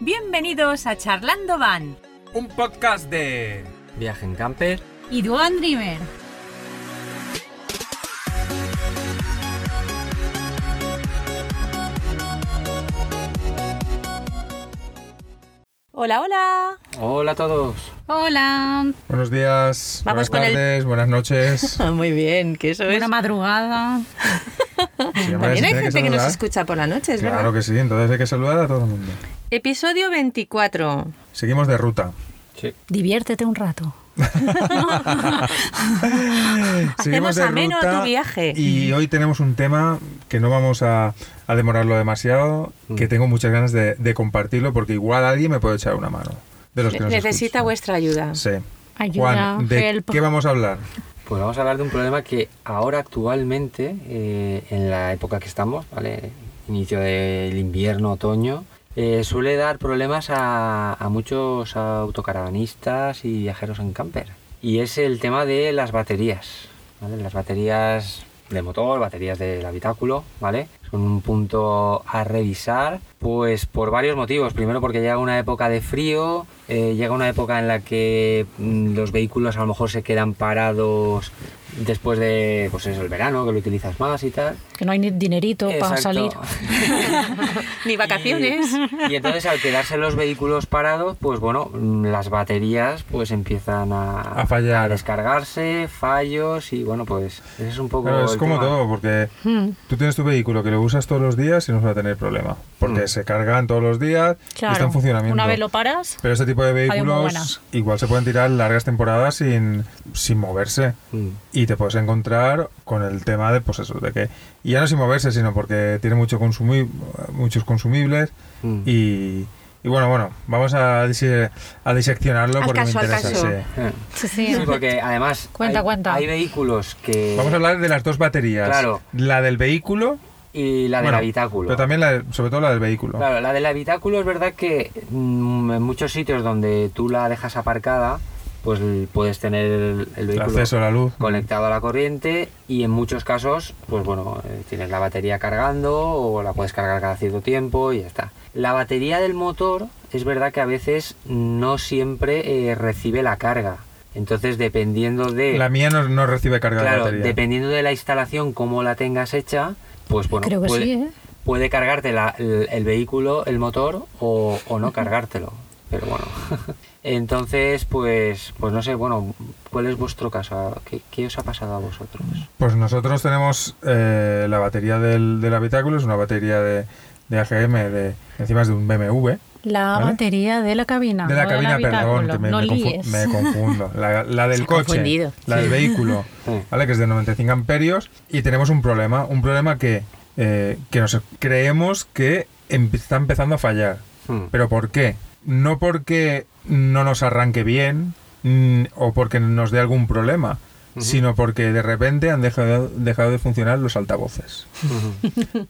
Bienvenidos a Charlando Van Un podcast de... Viaje en camper. y Duan Dreamer. Hola, hola. Hola a todos. Hola, Buenos días, Vamos buenas con el- Ah, tardes, buenas noches. Muy bien, que eso es. buena madrugada. Sí, hombre, se También hay tiene gente que nos saludar. escucha por la noche, es Claro verdad. que sí, entonces hay que saludar a todo el mundo. Episodio 24. Seguimos de ruta. Sí. Diviértete un rato. Seguimos de ameno ruta tu viaje. Y hoy tenemos un tema que no vamos a, a demorarlo demasiado, que tengo muchas ganas de, de compartirlo porque igual alguien me puede echar una mano. De los que nos Necesita escuchan. vuestra ayuda. Sí. Ayuda, Juan, ¿de help. qué vamos a hablar? Pues vamos a hablar de un problema que ahora actualmente, eh, en la época que estamos, ¿vale? Inicio del invierno, otoño, eh, suele dar problemas a, a muchos autocaravanistas y viajeros en camper. Y es el tema de las baterías, ¿vale? Las baterías de motor, baterías del habitáculo, ¿vale? Son un punto a revisar, pues por varios motivos. Primero porque llega una época de frío, eh, llega una época en la que mm, los vehículos a lo mejor se quedan parados después de, pues eso, el verano, que lo utilizas más y tal. Que no hay ni dinerito para Exacto. salir. Ni Eh, vacaciones. Y, y entonces al quedarse los vehículos parados, pues bueno, mm, las baterías pues empiezan a, A fallar. a descargarse, fallos y bueno, pues ese es un poco... Claro, es el como tema. todo, porque Hmm. tú tienes tu vehículo que lo usas todos los días y no vas a tener problema, porque Mm. se cargan todos los días y está en funcionamiento. Una vez lo paras, Pero este tipo de muy vehículos buenas. igual se pueden tirar largas temporadas sin, sin moverse. Mm. Y te puedes encontrar con el tema de, pues eso, de que... Y ya no sin moverse, sino porque tiene mucho consumi- muchos consumibles. Mm. Y, y bueno, bueno, vamos a, dise- a diseccionarlo Al porque caso, me al interesa. caso. sí. Eh. sí, Sí, sí. porque además Cuenta, hay, cuenta. hay vehículos que... Vamos a hablar de las dos baterías. Claro. La del vehículo... Y la del bueno, habitáculo. Pero también, la, de- sobre todo la del vehículo. Claro, la del habitáculo es verdad que mm, en muchos sitios donde tú la dejas aparcada, pues l- puedes tener el, el El vehículo acceso a la luz. conectado a la corriente y en muchos casos, pues bueno, eh, tienes la batería cargando o la puedes cargar cada cierto tiempo y ya está. La batería del motor es verdad que a veces no siempre eh, recibe la carga. Entonces, dependiendo de... La mía no, no recibe carga claro, de batería. dependiendo de la instalación, cómo la tengas hecha, pues bueno, creo que puede, sí, ¿eh? puede cargarte la- el, el vehículo, el motor o, o no cargártelo. Pero bueno. Entonces, pues, pues no sé, bueno, ¿cuál es vuestro caso? ¿Qué, qué os ha pasado a vosotros? Pues nosotros tenemos eh, la batería del, del habitáculo, es una batería de, de AGM, de, encima es de un BMW. La ¿Vale? batería de la cabina. de la no del cabina, perdón, habitáculo. que me, no me confu- líes. me confundo. La, la del coche, confundido. la del vehículo, Sí. ¿vale? que es de 95 amperios, y tenemos un problema, un problema que, eh, que nos creemos que em- está empezando a fallar. Hmm. ¿Pero por qué? No porque no nos arranque bien mm, o porque nos dé algún problema, sino porque de repente han dejado, dejado de funcionar los altavoces.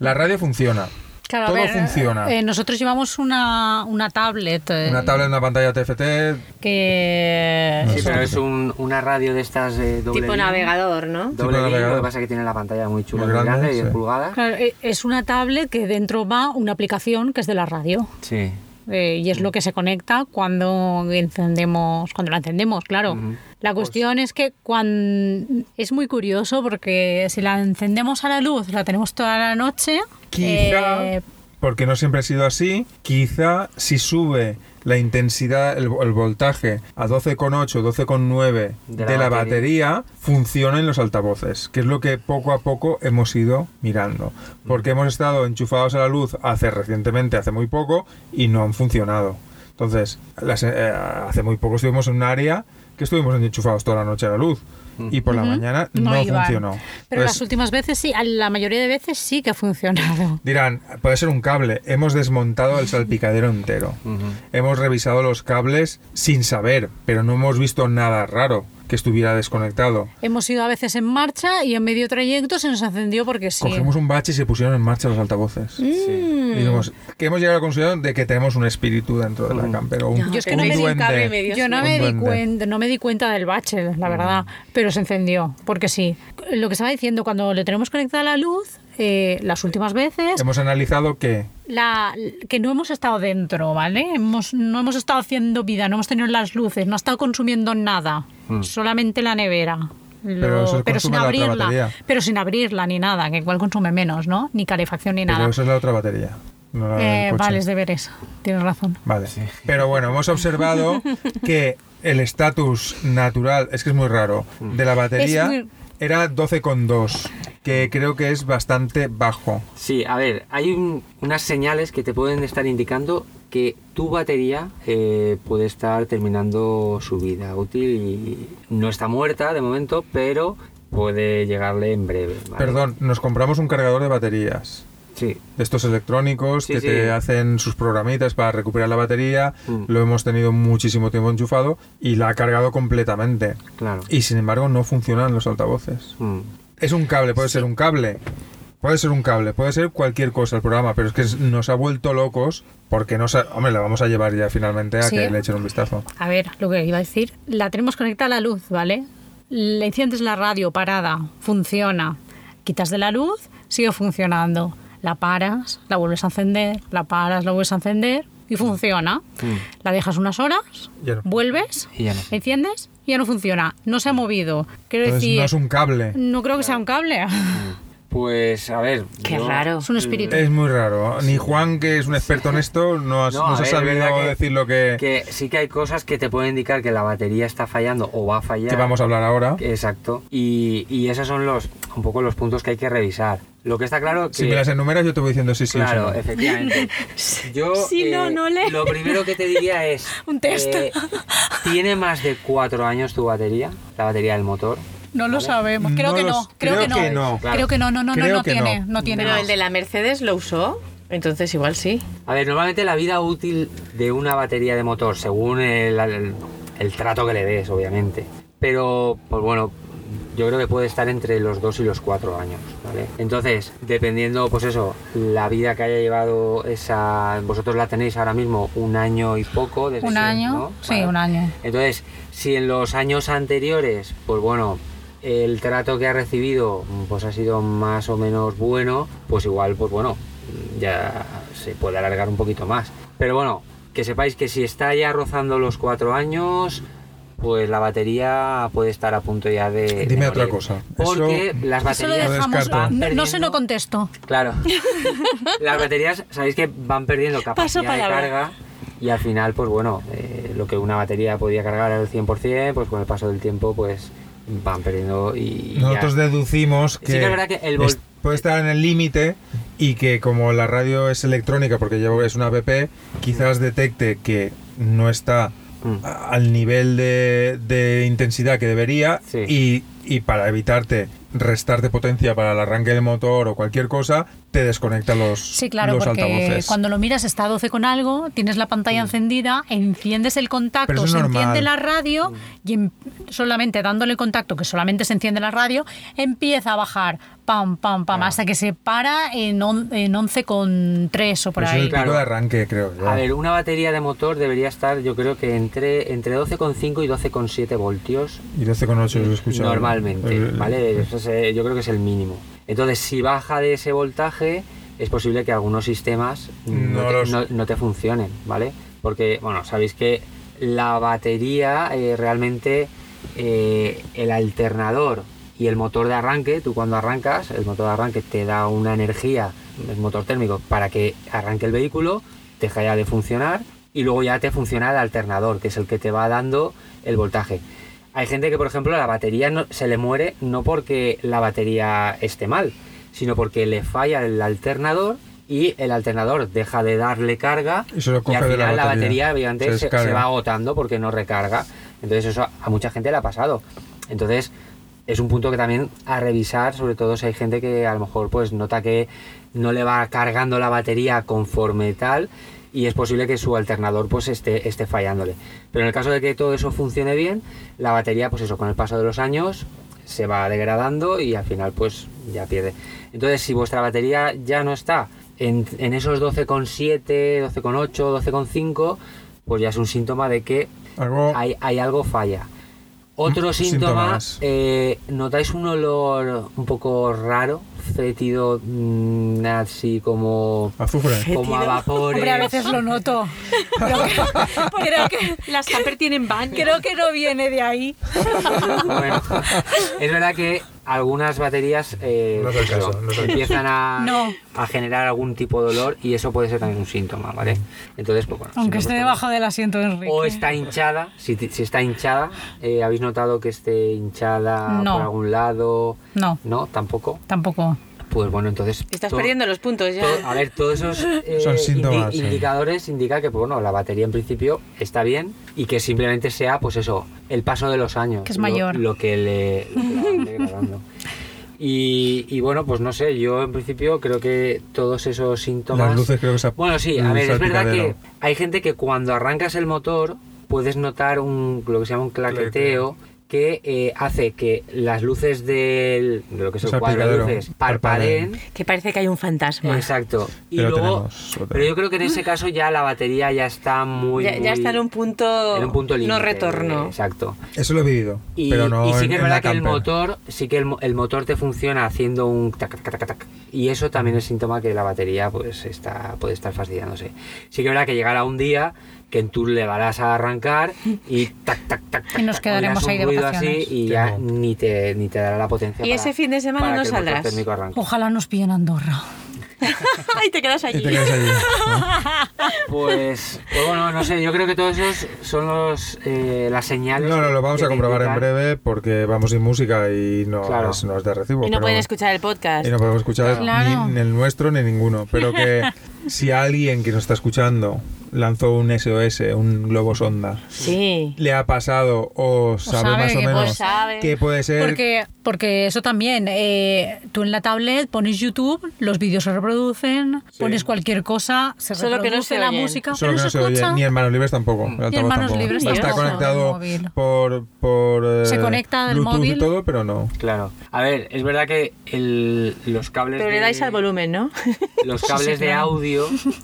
La radio funciona. Claro, a todo ver, funciona. eh, nosotros llevamos una, una tablet. eh, una tablet, una pantalla TFT, Que. No Sí, sé. pero es un- una radio de estas de doble Tipo link, navegador, ¿no? Doble Tipo link, lo que navegador. pasa es que tiene la pantalla muy chula, Muy muy grande, grande, de 10 sí. pulgadas. Claro, eh, es una tablet que dentro va una aplicación que es de la radio. Sí. Eh, y es Mm. lo que se conecta cuando encendemos, cuando la encendemos, claro. Ujú. Pues La cuestión es que cuando es muy curioso porque si la encendemos a la luz, la tenemos toda la noche. Quizá, eh, porque no siempre ha sido así, quizá si sube la intensidad, el, el voltaje a 12,8, 12,9 De de, la la batería, funcionen los altavoces, que es lo que poco a poco hemos ido mirando. Porque hemos estado enchufados a la luz hace recientemente, hace muy poco, y no han funcionado. Entonces, las- eh, hace muy poco estuvimos en un área que estuvimos enchufados toda la noche a la luz y por la mañana no, iban. funcionó. Pero Entonces, las últimas veces sí, a la mayoría de veces sí que ha funcionado. Dirán, puede ser un cable. Hemos desmontado el salpicadero Mm. entero. Hemos revisado los cables sin saber, pero no hemos visto nada raro. que estuviera desconectado. Hemos ido a veces en marcha y en medio trayecto se nos encendió porque sí. Cogimos un bache y se pusieron en marcha los altavoces. Mm. Y dijimos que hemos llegado a la conclusión de que tenemos un espíritu dentro de la camper. o un, Yo es que un no me di duende. cable y me dio Yo no Un me, di duende. Mm. cuenta, no me di cuenta del bache, la verdad, pero se encendió, porque sí. Lo que estaba diciendo, cuando le tenemos conectada la luz, eh, las últimas veces, Hemos analizado que la, que no hemos estado dentro, ¿vale? Hemos, no hemos estado haciendo vida, no hemos tenido las luces, no ha estado consumiendo nada, solamente la nevera. Lo- Mm. Pero eso consume sin la otra abrirla, batería. pero sin abrirla ni nada, que igual consume menos, ¿no? Ni calefacción ni nada. Pero esa es la otra batería. no la Eh, del coche. vale, es deberes, tienes razón. Vale. Pero bueno, hemos observado que el estatus natural, es que es muy raro, Mm. de la batería Es muy- era 12,2, Mm. que creo que es bastante bajo. Sí, a ver, hay un- unas señales que te pueden estar indicando que tu batería eh, puede estar terminando su vida útil y no está muerta de momento, pero puede llegarle en breve. ¿vale? Perdón, nos compramos un cargador de baterías. Sí, De estos electrónicos Sí, que sí. te hacen sus programitas para recuperar la batería, Mm. lo hemos tenido muchísimo tiempo enchufado y la ha cargado completamente. claro. Y sin embargo no funcionan los altavoces. Mm. Es un cable, puede ser un cable. Puede ser un cable, puede ser cualquier cosa el programa, pero es que nos ha vuelto locos porque no sa- Hombre, la vamos a llevar ya finalmente a Sí. que le echen un vistazo. A ver, lo que iba a decir, la tenemos conectada a la luz, ¿vale? Le enciendes la radio parada, funciona. Quitas de la luz, sigue funcionando. La paras, la vuelves a encender, la paras, la vuelves a encender y funciona. La dejas unas horas, Mm. Ya no. vuelves, Y ya no. enciendes y ya no funciona. No se ha movido. Quiero Entonces decir, no es un Mm. cable. no creo que sea un cable. Pues a ver. Qué yo- raro. Es un espíritu. Es muy raro. Ni Juan, que es un experto en esto, no, has- No, a nos ha ver, es verdad sabido que- decir lo que, que, Que sí que hay cosas que te pueden indicar que la batería está fallando o va a fallar. vamos a hablar ahora. Exacto. Y, y esos son los un poco los puntos que hay que revisar. Lo que está claro que Si me las enumeras, yo te voy diciendo sí, sí. Claro, sí, no. efectivamente. Yo eh, Sí, no, no le- lo primero que te diría es eh, Un test. ¿Tiene más de cuatro años tu batería? La batería del motor. No lo sabemos. Creo No que lo no, s- creo creo que no. que no. Claro. Creo que no, no, no, no, Creo no que tiene, no. no tiene. Pero más. el de la Mercedes lo usó, entonces igual sí. A ver, normalmente la vida útil de una batería de motor, según el, el- el trato que le des, obviamente. Pero, pues bueno, yo creo que puede estar entre los 2 y los 4 años, ¿vale? Entonces, dependiendo, pues eso, la vida que haya llevado esa... Vosotros la tenéis ahora mismo un año y poco. desde un que- año, ¿no? sí, Vale. un año. Entonces, si en los años anteriores, pues bueno, el trato que ha recibido pues ha sido más o menos bueno, pues igual, pues bueno, ya se puede alargar un poquito más. Pero bueno, que sepáis que si está ya rozando los cuatro años, pues la batería puede estar a punto ya de... de Dime otra morir. cosa. Porque Eso- las Eso lo baterías... Lo dejamos. descarto. No, no se Perdiendo. lo contesto. Claro. Las baterías, sabéis que van perdiendo Paso capacidad de palabra. carga y al final, pues bueno, eh, lo que una batería podía cargar al 100%, pues con el paso del tiempo, pues van perdiendo y... y Nosotros ya. deducimos Sí que, que es verdad que el vol- es- puede estar en el límite y que como la radio es electrónica, porque ya es una app, quizás detecte que no está Mm. a- al nivel de, de intensidad que debería Sí. y, y para evitarte restarte potencia para el arranque del motor o cualquier cosa, te desconecta los, Sí, claro, los porque altavoces. cuando lo miras está a 12 con algo, tienes la Mm. pantalla encendida, enciendes el Pero contacto, eso es se normal. enciende la Mm. radio y em- solamente dándole el contacto, que solamente se enciende la radio, empieza a bajar, pam, pam, pam, Ah. hasta que se para en, on- en 11 con 3 o por Pero eso es ahí. el pico Claro. de arranque, creo. yo. A ver, una batería de motor debería estar, yo creo que entre, entre 12,5 y 12,7 voltios y 12,8 lo he escuchado. normalmente, El- ¿vale? Eso es, eh, yo creo que es el mínimo. Entonces, si baja de ese voltaje, es posible que algunos sistemas no, No te, los- no- no te funcionen, ¿vale? Porque, bueno, sabéis que la batería eh, realmente, eh, el alternador y el motor de arranque, tú cuando arrancas, el motor de arranque te da una energía, el motor térmico, para que arranque el vehículo, deja ya de funcionar y luego ya te funciona el alternador, que es el que te va dando el voltaje. Hay gente que, por ejemplo, la batería no- se le muere no porque la batería esté mal, sino porque le falla el alternador y el alternador deja de darle carga Y se lo coge al de final la la batería. batería obviamente, Se se- se, descarga. va agotando porque no recarga. Entonces eso a- a mucha gente le ha pasado. Entonces es un punto que también a revisar, sobre todo si hay gente que a lo mejor pues nota que no le va cargando la batería conforme tal y es posible que su alternador pues esté, esté fallándole. Pero en el caso de que todo eso funcione bien, la batería pues eso, con el paso de los años se va degradando y al final pues ya pierde. Entonces si vuestra batería ya no está en, en esos 12,7, 12,8, 12,5, pues ya es un síntoma de que Algo- hay, hay algo falla. Otro síntoma, síntomas. eh, notáis un olor un poco raro, fétido, mm, así como, Azufre. como a vapores. Hombre, a veces lo noto. Creo que, creo que- Las Camper tienen baño. creo que no viene de ahí. Bueno, es verdad que algunas baterías eh, No es el caso, eso, no es el caso. empiezan a, No. a generar algún tipo de olor y eso puede ser también un síntoma, ¿vale? Entonces, pues bueno. Aunque si esté me gusta- debajo del asiento de Enrique. O está hinchada, si, ti- si está hinchada, eh, ¿habéis notado que esté hinchada No. por algún lado? No, No, tampoco. tampoco. Pues bueno, entonces. Estás todo- perdiendo los puntos ya. todo- a ver, todos esos eh, Son indi- síntomas, sí. indicadores indica que pues, bueno, la batería en principio está bien y que simplemente sea, pues eso, el paso de los años. Que es lo- mayor. Lo, que le. lo que la van degradando. Y, y bueno, pues no sé, yo en principio creo que todos esos síntomas. Las luces creo que se Bueno, sí, a el ver, es verdad que salpicadero. hay gente que cuando arrancas el motor puedes notar un, lo que se llama un claqueteo que eh, hace que las luces del, de lo que es El el cuadro de salpicadero, luces parpadeen. Que parece que hay un fantasma. Exacto. Y Pero luego, tenemos, lo pero tenemos. yo creo que en ese caso ya la batería ya está muy. ya, ya muy- está en un punto, en un punto no límite, eh, retorno. Exacto. Eso lo he vivido. Y, pero no y sí en- que es en la verdad que el camper. motor, sí que el, mo- el motor te funciona haciendo un tac, tac, tac, tac, tac. Y eso también es síntoma que la batería pues está, puede estar fastidiándose. Sí que es verdad que llegará un día que en Tour le darás a arrancar y tac, tac, tac, tac. Y nos tac, oirás quedaremos un ahí de ruido vacaciones. así y ya Tengo. ni te, ni te dará la potencia. Y para- ese fin de semana para no que el motor saldrás. térmico arranque. Ojalá nos pillen Andorra. y te quedas allí. Y te quedas allí. Pues, pues bueno, no sé, yo creo que todos esos son los, eh, las señales. No, no, lo vamos que a te comprobar en indican- breve porque vamos sin música y no, Claro. es, no es de recibo. Y no pero- pueden escuchar el podcast. Y no podemos escuchar Claro. ni, ni el nuestro ni ninguno. Pero que si alguien que nos está escuchando lanzó un SOS, un globo sonda, Sí. le ha pasado o, sabe, sabe más o que- o menos sabe. que puede ser Porque, porque eso también, eh, tú en la tablet pones YouTube, los vídeos se reproducen, pones cualquier cosa, se Solo que no reproduce se la oyen. música, Solo que pero no se oye, escucha, ni en manos libres tampoco. Mm. el altavoz manos tampoco. libres Está tampoco, conectado el móvil. por. por eh, Se conecta al Bluetooth móvil. y todo, pero no. Claro. A ver, es verdad que el, los cables. Pero le de- dais al volumen, ¿no? Los cables de claro. audio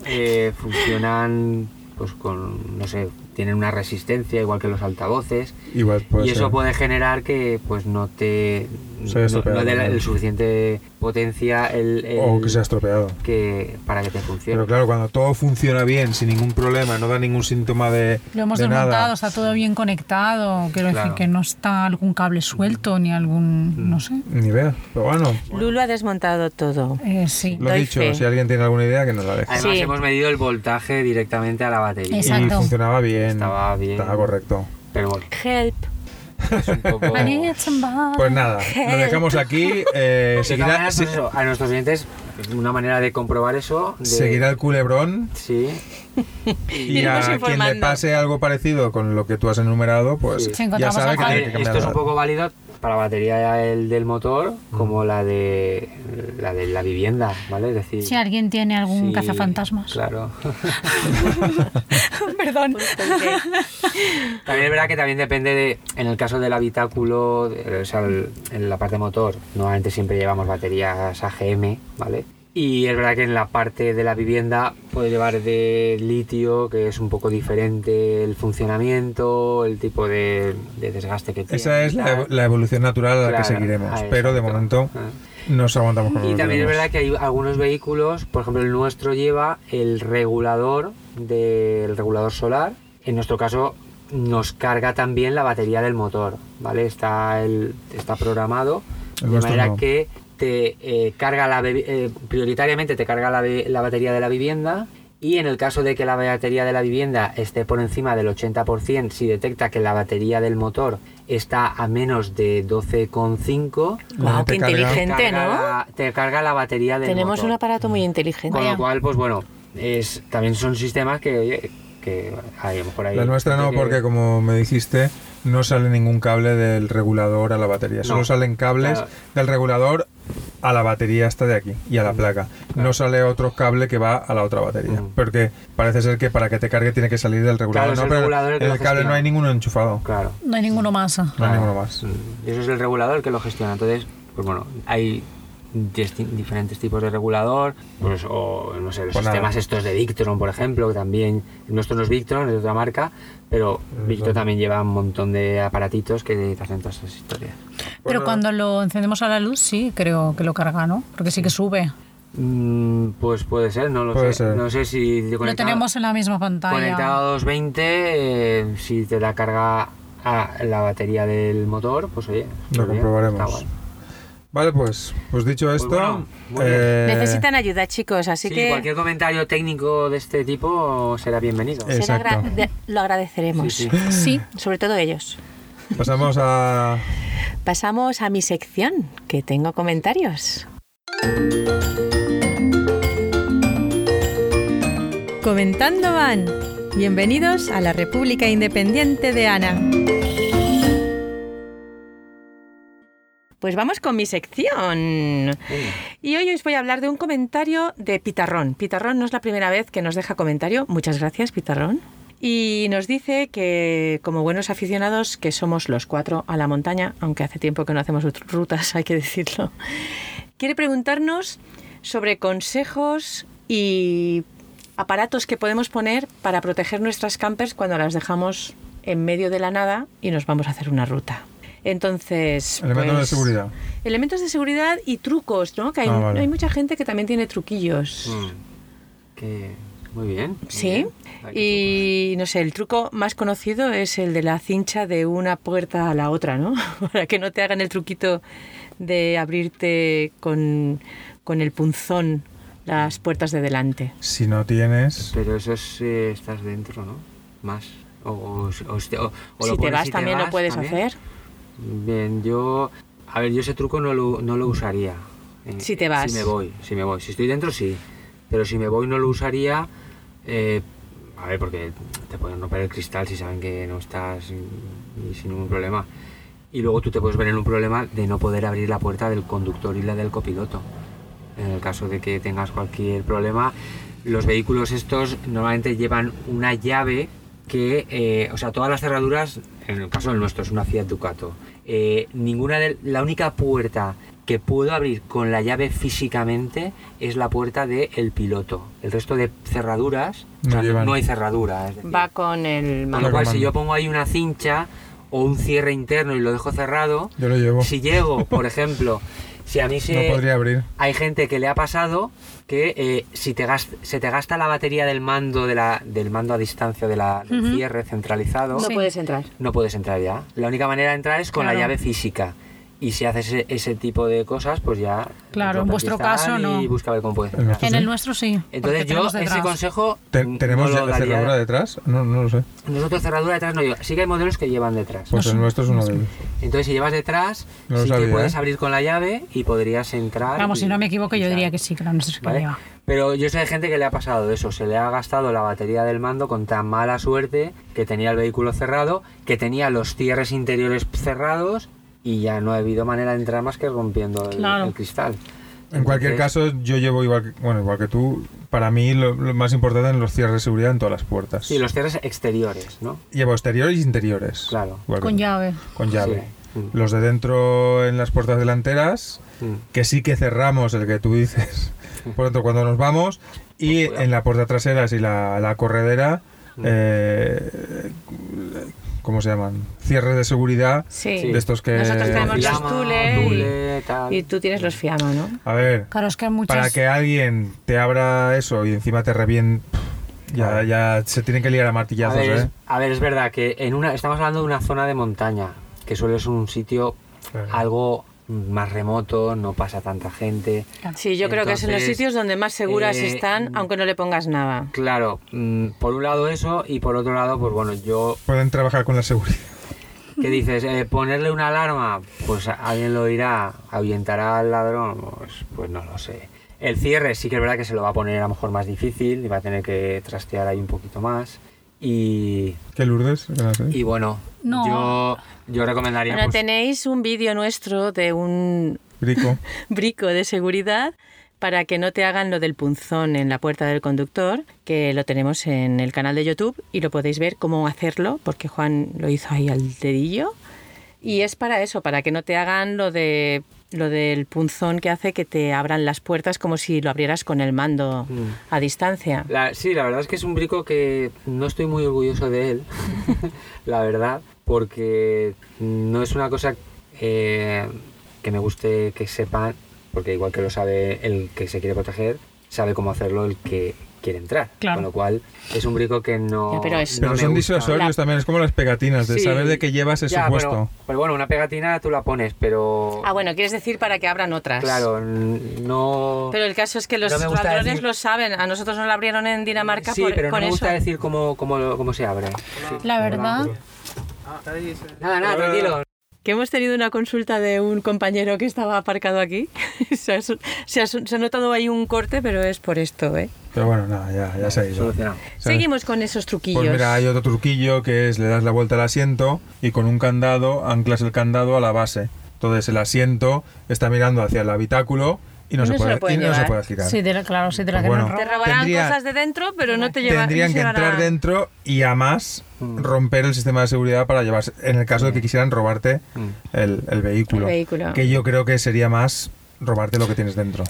eh, funcionan, pues con, no sé, tienen una resistencia igual que los altavoces. Igual puede y eso ser. puede generar que pues no te Se haya no, estropeado no dé la- también. el suficiente potencia el, el- O que se ha estropeado. que- para que te funcione. Pero claro, cuando todo funciona bien, sin ningún problema, no da ningún síntoma de. lo hemos de desmontado, nada. está todo bien conectado, quiero Claro. decir que no está algún cable suelto ni Mm. algún, no sé, Ni vea. Pero bueno, Lulo ha desmontado todo. Eh, sí. lo Doy dicho, fe. si alguien tiene alguna idea, que nos la deje. Además Sí. hemos medido el voltaje directamente a la batería. Exacto. Y funcionaba bien. Estaba bien. Estaba correcto. Pero bueno, Help. es un poco... I need somebody. Pues nada, lo dejamos aquí. eh, De todas seguirá, maneras, se- pues eso, a nuestros clientes una manera de comprobar eso. de- seguirá el culebrón. Sí, Y Iremos a quien le informando. pase algo parecido con lo que tú has enumerado, pues Sí. Si ya encontramos sabe algo. que A tiene ver, que cambiar. esto es un de- poco válido para la batería el del motor Mm. como la de la de la vivienda, ¿vale? Es decir, Si alguien tiene algún sí, cazafantasmas. Claro. Perdón. también es verdad que también depende de, en el caso del habitáculo, de- o sea, el- en la parte motor, normalmente siempre llevamos baterías AGM, ¿vale? Y es verdad que en la parte de la vivienda puede llevar de litio, que es un poco diferente el funcionamiento, el tipo de, de desgaste que tiene. Esa es y la, tal. la evolución natural a la que Claro, seguiremos, ah, pero de exacto. momento Ah. nos aguantamos con lo Y que también es tenemos. verdad que hay algunos vehículos, por ejemplo el nuestro lleva el regulador del regulador solar. En nuestro caso nos carga también la batería del motor, ¿vale? Está el está programado El de nuestro manera no. que te eh, carga la bebi- eh, prioritariamente te carga la, be- la batería de la vivienda y en el caso de que la batería de la vivienda esté por encima del 80%, si detecta que la batería del motor está a menos de 12,5, Wow, qué Te carga. inteligente, carga ¿no? la- te carga la batería del Tenemos motor. un aparato muy inteligente. Con lo cual, pues bueno, es, también son sistemas que, oye, que a lo mejor ahí... La nuestra no, que- porque como me dijiste, no sale ningún cable del regulador a la batería, solo No. salen cables Claro. del regulador a la batería esta de aquí y a la placa. No sale otro cable que va a la otra batería. Mm. Porque parece ser que para que te cargue tiene que salir del regulador. es el no, pero regulador el que en lo el cable no gestiona. hay ninguno enchufado. Claro. No hay ninguno más. No hay Claro. ninguno más. Mm, Y eso es el regulador que lo gestiona. Entonces, pues bueno, hay disti- diferentes tipos de regulador, pues, o no sé, los Pues nada. sistemas estos de Victron, por ejemplo, que también, nuestro no es Victron, es de otra marca, pero Victron también lleva un montón de aparatitos que te hacen todas esas historias. Pero Bueno. cuando lo encendemos a la luz, sí, creo que lo carga, ¿no? Porque sí que sube. Mm, Pues puede ser, no lo Puede sé. ser. No sé si Lo conectado- tenemos en la misma pantalla. conectado a 220, eh, si te da carga a la batería del motor, pues oye. Lo está bien, comprobaremos. está guay. Vale, pues, pues dicho esto, bueno, muy bien. eh, Necesitan ayuda, chicos, así Sí, que cualquier comentario técnico de este tipo será bienvenido. Eh, será Exacto. gra- de- lo Sí, agradeceremos. sí. Sí. Sobre todo ellos. pasamos a... Pasamos a mi sección, que tengo comentarios. Comentando van. Bienvenidos a la República Independiente de Ana. Pues vamos con mi sección. Venga. Y hoy os voy a hablar de un comentario de Pitarrón. Pitarrón no es la primera vez que nos deja comentario. Muchas gracias, Pitarrón. Y nos dice que, como buenos aficionados, que somos los cuatro a la montaña, aunque hace tiempo que no hacemos rut- rutas, hay que decirlo. Quiere preguntarnos sobre consejos y aparatos que podemos poner para proteger nuestras campers cuando las dejamos en medio de la nada y nos vamos a hacer una ruta. Entonces. Elementos de pues, seguridad. Elementos de seguridad y trucos, ¿no? Que hay, Ah, vale. hay mucha gente que también tiene truquillos. Mm. Que- Muy bien. muy Sí. bien. Ay, qué ¿eh? Y no sé, el truco más conocido es el de la cincha de una puerta a la otra, ¿no? Para que no te hagan el truquito de abrirte con, con el punzón las puertas de delante. Si no tienes... chulo. Pero eso es, eh, estás dentro, ¿no? Más. O, o- o- o- o lo si te pones vas también lo vas, puedes también. hacer. Bien, yo. A ver, yo ese truco no lo, no lo usaría. Eh, Si te vas. Si me voy, si me voy. Si estoy dentro, sí. Pero si me voy, no lo usaría. eh, a ver, porque te pueden romper el cristal si saben que no estás mm, y sin ningún problema. Y luego tú te puedes ver en un problema de no poder abrir la puerta del conductor y la del copiloto. En el caso de que tengas cualquier problema, los vehículos estos normalmente llevan una llave que, eh, o sea, todas las cerraduras, en el caso del nuestro es una Fiat Ducato, eh, ninguna de, la única puerta que puedo abrir con la llave físicamente es la puerta del piloto. El resto de cerraduras, No o sea, llevan. no hay cerradura. es decir, Va con el con mando. lo cual, Normal. si yo pongo ahí una cincha o un cierre interno y lo dejo cerrado, Yo lo llevo. si llego, por ejemplo, si a mí se, No podría abrir. hay gente que le ha pasado que eh, si te gas- se te gasta la batería del mando de la, del mando a distancia de la, del cierre centralizado, No puedes entrar. no puedes entrar ya. La única manera de entrar es con la Claro. llave física. Y si haces ese, ese tipo de cosas, pues ya... Claro, en rompe el vuestro cristal caso, no. Y busca a ver cómo puedes En entrar. nuestro En Sí. el nuestro sí. Entonces porque yo tenemos ese detrás. consejo... Te- no ¿Tenemos lo ya la daría. cerradura detrás? No, no lo sé. Nosotros cerradura detrás no lleva. Sí que hay modelos que llevan detrás. Pues el nuestro es uno de ellos. Entonces si llevas detrás, No lo sí sabía, que puedes ¿eh? abrir con la llave y podrías entrar... Vamos, y- si no me equivoco, y yo tal. diría que sí, que la nuestra es que ¿vale? lleva. Pero yo sé de gente que le ha pasado eso, se le ha gastado la batería del mando con tan mala suerte que tenía el vehículo cerrado, que tenía los cierres interiores cerrados y ya no ha habido manera de entrar más que rompiendo el, Claro. el cristal. En cualquier Entonces, caso, yo llevo igual que, bueno, igual que tú. Para mí, lo, lo más importante son los cierres de seguridad en todas las puertas. Sí, los cierres exteriores, ¿no? Llevo exteriores y interiores. Claro. Igual que Con tú. llave. Con llave. Sí. Mm. Los de dentro en las puertas delanteras, Mm. que sí que cerramos el que tú dices. Por dentro, cuando nos vamos. Pues Y en la puerta trasera, y la, la corredera, Mm. eh, ¿cómo se llaman? Cierres de seguridad. Sí. Sí. De estos que... Nosotros tenemos los Llama, tules tule, tal. Y tú tienes los fiama, ¿no? A ver, Claro, es que hay muchas. para que alguien te abra eso y encima te revien ya, ya se tienen que liar a a martillazos, ver, es, ¿eh? a ver, es verdad que en una estamos hablando de una zona de montaña, que suele ser un sitio algo más remoto, no pasa tanta gente. Sí, yo creo que es en los Entonces, sitios donde más seguras eh, están, aunque no le pongas nada. Claro, mm, por un lado eso y por otro lado, pues bueno, yo, Pueden trabajar con la seguridad. ¿qué dices? Eh, ponerle una alarma, pues a- alguien lo irá, ahuyentará al ladrón, pues, pues no lo sé. El cierre sí que es verdad que se lo va a poner a lo mejor más difícil y va a tener que trastear ahí un poquito más. Y, ¿Qué Lourdes? ¿Qué hace? y bueno, No. yo, yo recomendaría... Bueno, pues, tenéis un vídeo nuestro de un Brico. brico de seguridad para que no te hagan lo del punzón en la puerta del conductor, que lo tenemos en el canal de YouTube y lo podéis ver cómo hacerlo, porque Juan lo hizo ahí al dedillo. Y es para eso, para que no te hagan lo de lo del punzón que hace que te abran las puertas como si lo abrieras con el mando Mm. a distancia. La- sí, la verdad es que es un brico que no estoy muy orgulloso de él, la verdad, porque no es una cosa eh, que me guste que sepan, porque igual que lo sabe el que se quiere proteger, sabe cómo hacerlo el que quiere entrar. Claro. Con lo cual, es un brico que no. Ya, pero es- Pero no me son gusta. disuasorios La- también, es como las pegatinas, de Sí, saber de que llevas eso ya, puesto. Pero, pero bueno, una pegatina tú la pones, pero. Ah, bueno, quieres decir para que abran otras. Claro, n- no. Pero el caso es que los No me gusta ladrones decir- lo saben. A nosotros nos lo abrieron en Dinamarca sí, por- pero con no me eso. gusta decir cómo, cómo, lo- cómo se abre. La verdad, Nada, nada, tranquilo. Que hemos tenido una consulta de un compañero que estaba aparcado aquí. se, ha, su- se ha su- se ha notado ahí un corte, pero es por esto, ¿eh? Pero bueno, nada, ya, ya se ha ido. Solucionado. ¿Sabes? Seguimos con esos truquillos. Pues mira, hay otro truquillo que es le das la vuelta al asiento y con un candado anclas el candado a la base. Entonces el asiento está mirando hacia el habitáculo y no, se, puede, pueden y no se llevar. puede girar. sí, te la- claro, sí, te la Pues que bueno. nos te roban. robarán Tendría- cosas de dentro, pero no te llevan. Tendrían que entrar dentro y además Mm. romper el sistema de seguridad para llevarse, en el caso de que quisieran robarte Mm. el, el vehículo. El vehículo. Que yo creo que sería más robarte lo que tienes dentro.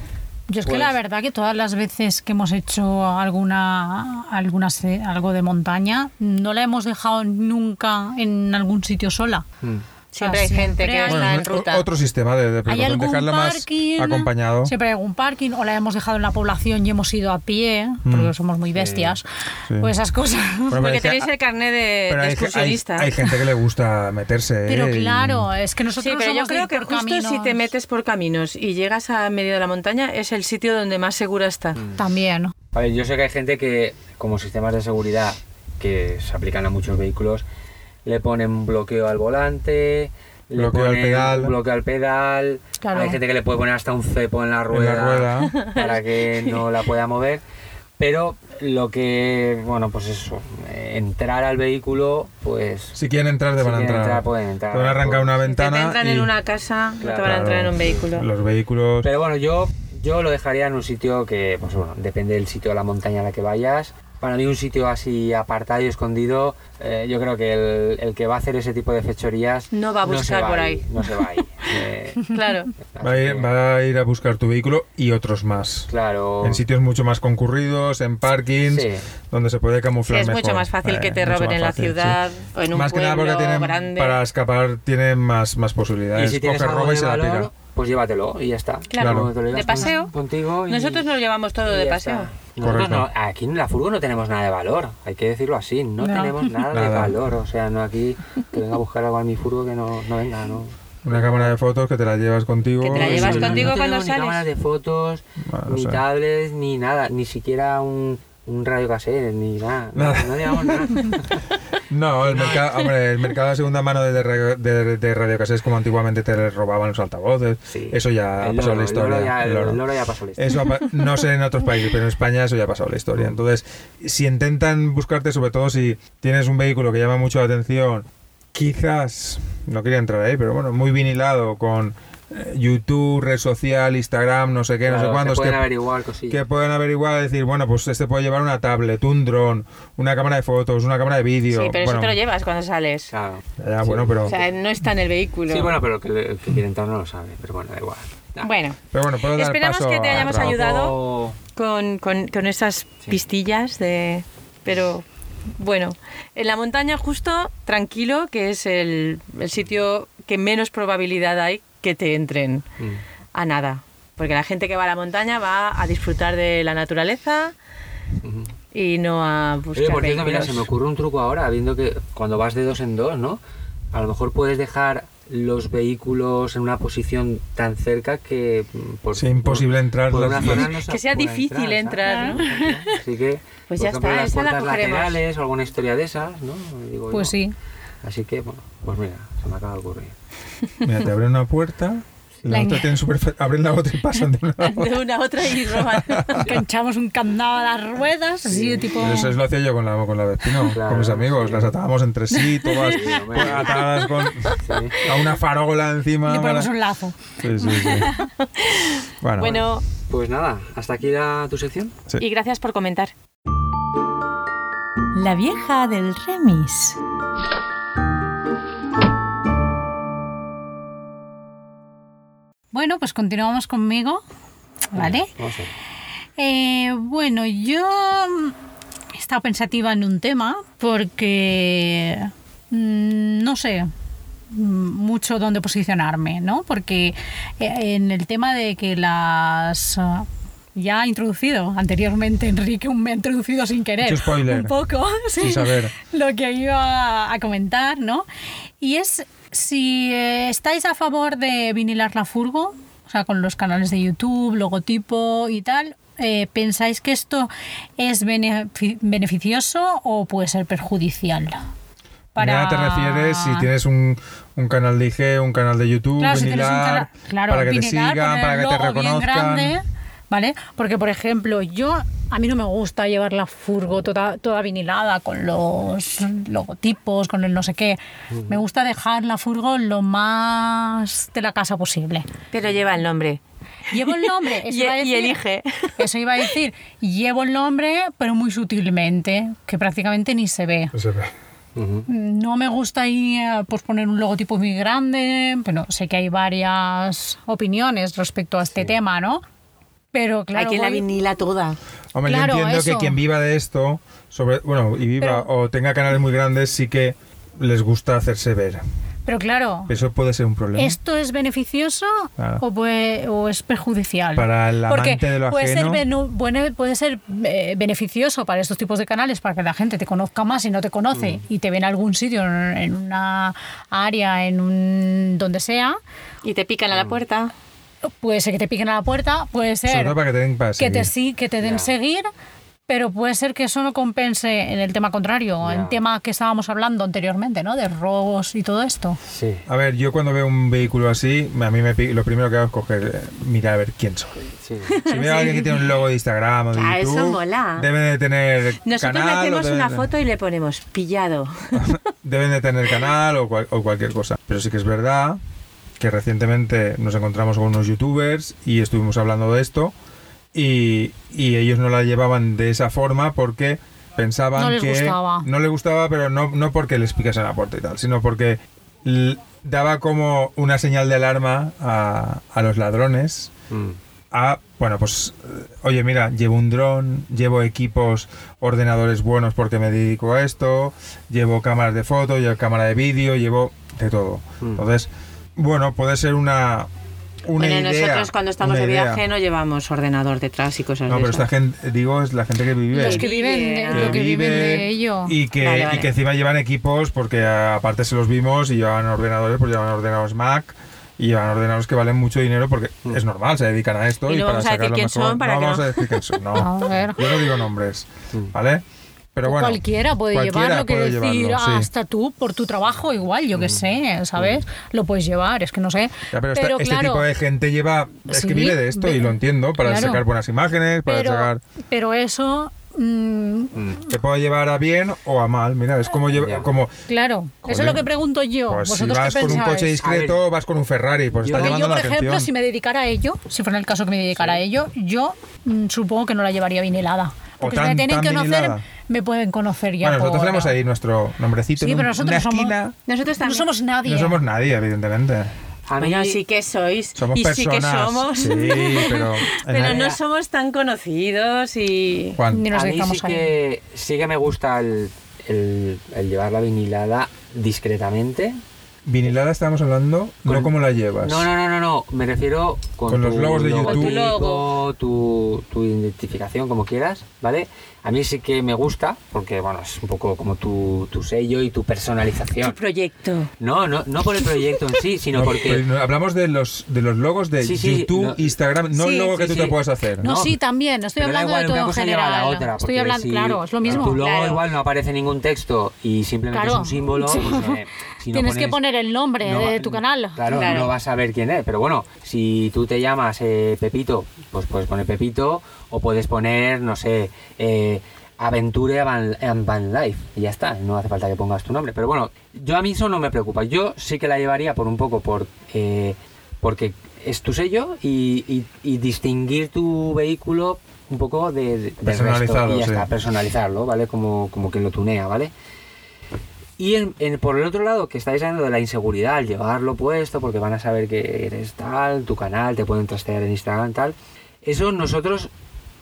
Yo es que pues- la verdad que todas las veces que hemos hecho alguna, algunas eh, algo de montaña, no la hemos dejado nunca en algún sitio sola. Mm. Siempre hay Siempre gente que hay- está Bueno, en es o- ruta. otro sistema de, de ¿Hay precaución, algún dejarla más parking? acompañado. Siempre hay algún parking, o la hemos dejado en la población y hemos ido a pie, porque somos muy bestias, Mm. sí. pues esas cosas. Bueno, pero Porque hay que- tenéis el carnet de, pero de hay, que- hay, excursionista. hay gente que le gusta meterse. Pero ¿eh? Y- claro, es que nosotros Sí, pero yo somos de creo ir que por justo si te caminos. metes por caminos y llegas a medio de la montaña, es el sitio donde más segura está. Mm. También. A ver, yo sé que hay gente que, como sistemas de seguridad que se aplican a muchos vehículos, le ponen bloqueo al volante, le Bloqueo al ponen pedal. bloqueo al pedal. Claro. Hay gente que le puede poner hasta un cepo en la En rueda, la rueda. para que no la pueda mover. Pero lo que, bueno, pues eso, eh, entrar al vehículo, pues. Si quieren entrar, te Si van a quieren entrar. entrar, pueden entrar. Te van a arrancar una Si te ventana. entran y en una casa, no te van a Claro, entrar en un vehículo. Los vehículos. Pero bueno, yo, yo lo dejaría en un sitio que, pues bueno, depende del sitio de la montaña a la que vayas. Para mí un sitio así apartado y escondido, eh, yo creo que el, el que va a hacer ese tipo de fechorías... No va a se buscar por ahí. No se va ahí. Eh, Claro. así va, a que, ir, va a ir a buscar tu vehículo y otros más. Claro. En sitios mucho más concurridos, en parkings, Sí. donde se puede camuflar. Que es mucho mejor. más fácil que te mucho roben más en la fácil, ciudad o en un más que nada porque pueblo tienen, grande. para escapar tienen más, más Y posibilidades. si Coge, tienes algo roba y de se la valor, pira. pues llévatelo y ya está. Claro. Claro. Como te lo llevas De paseo. con- Contigo y- Nosotros nos llevamos todo y de ya paseo. está. Nosotros Correcto. no- aquí en la furgo no tenemos nada de valor, hay que decirlo así, no, No. tenemos nada, de Nada. valor, o sea, no aquí que venga a buscar algo a mi furgo que no, no venga, no. Una cámara de fotos que te la llevas contigo. Que te la y- llevas No, Oh, no contigo cuando tenemos sales. Ni cámaras de fotos, Bueno, no ni sé. tablets, ni nada, ni siquiera un, un radio cassette, ni nada. no- Nada. No, llevamos nada. No, el mercado, hombre, el mercado de segunda mano de, radio- de, de radiocasetes como antiguamente te robaban los altavoces. Sí. Eso ya ha El loro, pasado la el historia. loro ya- el el loro. loro ya pasó la historia. Eso ha pa- no sé en otros países, pero en España eso ya ha pasado la historia. Entonces, si intentan buscarte, sobre todo si tienes un vehículo que llama mucho la atención, quizás, no quería entrar ahí, pero bueno, muy vinilado con eh, YouTube, red social, Instagram, no sé qué, no Claro, sé se cuántos, pueden que- averiguar cosillas. que pueden averiguar y decir, bueno, pues este puede llevar una tablet, un dron, una cámara de fotos, una cámara de Sí, vídeo. pero eso bueno, te lo llevas cuando sales. Claro. Ya, bueno, pero, O sea, no está en el vehículo. Sí, bueno, pero el que, el que quiere entrar no lo sabe, pero bueno, da igual. Nah. Bueno, pero bueno, puedo dar Esperamos paso que te a hayamos otra. ayudado. Tampoco- con, con, con esas pistillas de... Pero bueno, en la montaña justo, tranquilo, que es el, el sitio que menos probabilidad hay que te entren Mm. a nada. Porque la gente que va a la montaña va a disfrutar de la naturaleza Ujú. y no a buscar Oye, por cierto, mira, vehículos. se me ocurre un truco ahora, viendo que cuando vas de dos en dos, ¿no? A lo mejor puedes dejar los vehículos en una posición tan cerca que mm, por, Sea imposible entrar por las- una las- zona no se Que sea pueda difícil ¿sabes? Así que Pues por ya ejemplo, está, las esa la puertas cogeremos. laterales o alguna historia de esas, ¿no? Digo, Pues yo. sí. Así que bueno, pues mira, se me acaba de ocurrir. Mira, te abre una puerta La La- otra tienen súper fa- abren la otra y pasan de una a otra. De una a otra y roban. Que echamos un candado a las ruedas, así de tipo... Pero eso es lo hacía yo con la con la Vecino, Claro, con mis amigos, sí. las atábamos entre sí, todas Sí, hombre. atadas con, a una farola encima. Le para- ponemos un lazo. Sí, sí, sí. Bueno, Bueno, Pues nada, hasta aquí la, tu sección. Sí. y gracias por comentar. La vieja del remis. Bueno, pues continuamos conmigo, ¿vale? Vamos a ver. Eh, bueno, yo mm, he estado pensativa en un tema porque mm, no sé mm, mucho dónde posicionarme, ¿no? Porque eh, en el tema de que las... ah, Ya ha introducido anteriormente Enrique, un me ha introducido sin querer. Mucho spoiler. Un poco, sí. Sin saber. Lo que iba a comentar, ¿no? Y es si eh, estáis a favor de vinilar la furgo, o sea, con los canales de YouTube, logotipo y tal, eh, ¿pensáis que esto es benefi- beneficioso o puede ser perjudicial? Primera te refieres si tienes un, un canal de IG, un canal de YouTube, Claro, si tienes un vinilar, canal- claro, para que te vinilar, sigan, poner para el que te logo bien reconozcan. grande, ¿Vale? Porque, por ejemplo, yo a mí no me gusta llevar la furgo toda, toda vinilada con los logotipos, con el no sé qué. Me gusta dejar la furgo lo más de la casa posible. Pero lleva el nombre. Llevo el nombre. eso Y- iba a y decir- elige. Eso iba a decir. Llevo el nombre, pero muy sutilmente, que prácticamente ni se ve. Pues se ve. Ujú. No me gusta ahí eh, pues, poner un logotipo muy grande, pero sé que hay varias opiniones respecto a este tema, ¿no? Pero claro, Aquí en la voy- vinila toda. Hombre, Claro, yo entiendo que eso. quien viva de esto, sobre, bueno, y viva Pero- o tenga canales muy grandes, sí que les gusta hacerse ver. pero claro, Eso puede ser un problema. ¿esto es beneficioso Claro. o, puede- o es perjudicial? Para el Porque amante de lo puede ser, ajeno. benu- bueno, puede ser eh, beneficioso para estos tipos de canales, para que la gente te conozca más y no te Mm. conoce y te ve en algún sitio, en, en una área, en un donde sea. Y te pican a la puerta. Puede ser que te piquen a la puerta, puede ser... Mm. Sobre todo para que te den para que seguir. te, sí, que te den Ya. seguir, pero puede ser que eso no compense en el tema contrario, en Ya. el tema que estábamos hablando anteriormente, ¿no? De robos y todo esto. Sí. A ver, yo cuando veo un vehículo así, a mí me, pi- lo primero que hago es coger, eh, mirar a ver quién soy. Sí. Si veo a alguien que tiene un logo de Instagram o de Ah, eso YouTube, mola. deben de tener Nosotros canal. o le hacemos deben una de- foto y le ponemos pillado. deben de tener canal o, cual- o cualquier cosa. Pero sí que es verdad que recientemente nos encontramos con unos youtubers y estuvimos hablando de esto y, y ellos no la llevaban de esa forma porque pensaban No les que gustaba. no le gustaba, pero no, no porque les picase la puerta y tal, sino porque l- daba como una señal de alarma a, a los ladrones Mm. a, bueno, pues, eh, oye, mira, llevo un dron, llevo equipos, ordenadores buenos porque me dedico a esto, llevo cámaras de foto, llevo cámara de vídeo, llevo de todo. Mm. Entonces, bueno, puede ser una, una bueno, idea, nosotros cuando estamos una de idea. viaje no llevamos ordenador detrás y cosas No, de pero esta esas. gente, digo, es la gente que vive. Los que Que viven de, vive, Ah, lo que viven de ello. Y que, Vale, y vale. que encima llevan equipos, porque a- aparte se los vimos y llevan ordenadores, pues llevan ordenadores Mac y llevan ordenadores que valen mucho dinero porque es normal, se dedican a esto Mm. Y y, no para vamos a decir sacar lo quién mejor. son para no que vamos no. Mm. a decir quién son, A no. ver. Yo no digo nombres, ¿vale? Pero bueno. cualquiera puede cualquiera llevarlo, quiero puede decir, ah, llevarlo, sí. Mm. hasta tú, por tu trabajo, igual, yo qué sé, ¿sabes? Lo puedes llevar, es que no sé. Ya, pero, esta- este tipo de gente lleva, es Sí, que vive de esto ve- y lo entiendo, para claro. sacar buenas imágenes, para pero, sacar... pero eso, mm, Te puede llevar a bien o a mal, mira, es como, lleva- Ya. como claro, eso es Joder. lo que pregunto yo. Pues si ¿Vosotros qué vas con un pensáis? coche discreto, vas con un Ferrari, pues Yo- está Porque Porque llamando yo, por la ejemplo, atención. si me dedicara a ello, si fuera el caso que me dedicara a ello, yo mm, supongo que no la llevaría vinilada. Porque si tan- me tienen tan que conocer, vinilada. me pueden conocer ya. Bueno, nosotros por- tenemos ahí nuestro nombrecito Sí, en pero un- nosotros una somos- esquina. Nosotros No también. somos nadie. No somos nadie, evidentemente. A mí, Bueno, sí que sois. Somos y personas. sí que somos. Sí, pero. en Pero la- no somos tan conocidos y. Juan, Ni nos a mí dejamos sí que, sí que me gusta el, el- el llevar la vinilada discretamente. vinilada estamos hablando, no Con- cómo la llevas. No, no, no, no, no. Me refiero con, Con los tu logos de logotipo, YouTube. Con tu logo. Tu, tu identificación, como quieras, ¿vale? A mí sí que me gusta, porque bueno, es un poco como tu, tu sello y tu Tu personalización. proyecto. No, no, no por el proyecto en sí, sino pues, No, porque pero hablamos de los, de los logos de Sí, sí, YouTube, no- Instagram, no el Sí, logo que sí, tú sí. te puedes hacer. No, No, sí, también. Estoy Pero da hablando igual, de todo una en cosa general. lleva a la otra. Estoy porque hablando, si claro, es lo mismo. Tu logo Claro. igual no aparece ningún texto y simplemente Claro. es un símbolo. pues, eh, si no Tienes pones- que poner el nombre no va- de tu canal. Claro, Claro. no vas a ver quién es, pero bueno, si tú te llamas eh, Pepito, pues puedes poner Pepito o puedes poner, no sé, eh, Aventure Van, and Van Life y ya está, no hace falta que pongas tu nombre. Pero bueno, yo a mí eso no me preocupa, yo sí que la llevaría por un poco por eh, porque es tu sello y, y- y distinguir tu vehículo un poco de, del resto. Personalizarlo, y ya sí. está, personalizarlo, ¿vale? Como, como que lo tunea, ¿vale? Y en- en- por el otro lado, que estáis hablando de la inseguridad, al llevarlo puesto, porque van a saber que eres tal, tu canal, te pueden trastear en Instagram, tal. Eso nosotros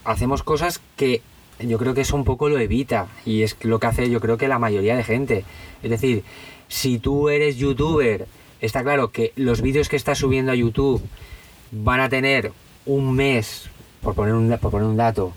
hacemos cosas que yo creo que eso un poco lo evita y es lo que hace yo creo que la mayoría de gente. Es decir, si tú eres youtuber, está claro que los vídeos que estás subiendo a YouTube van a tener un mes, por poner un, por poner un dato,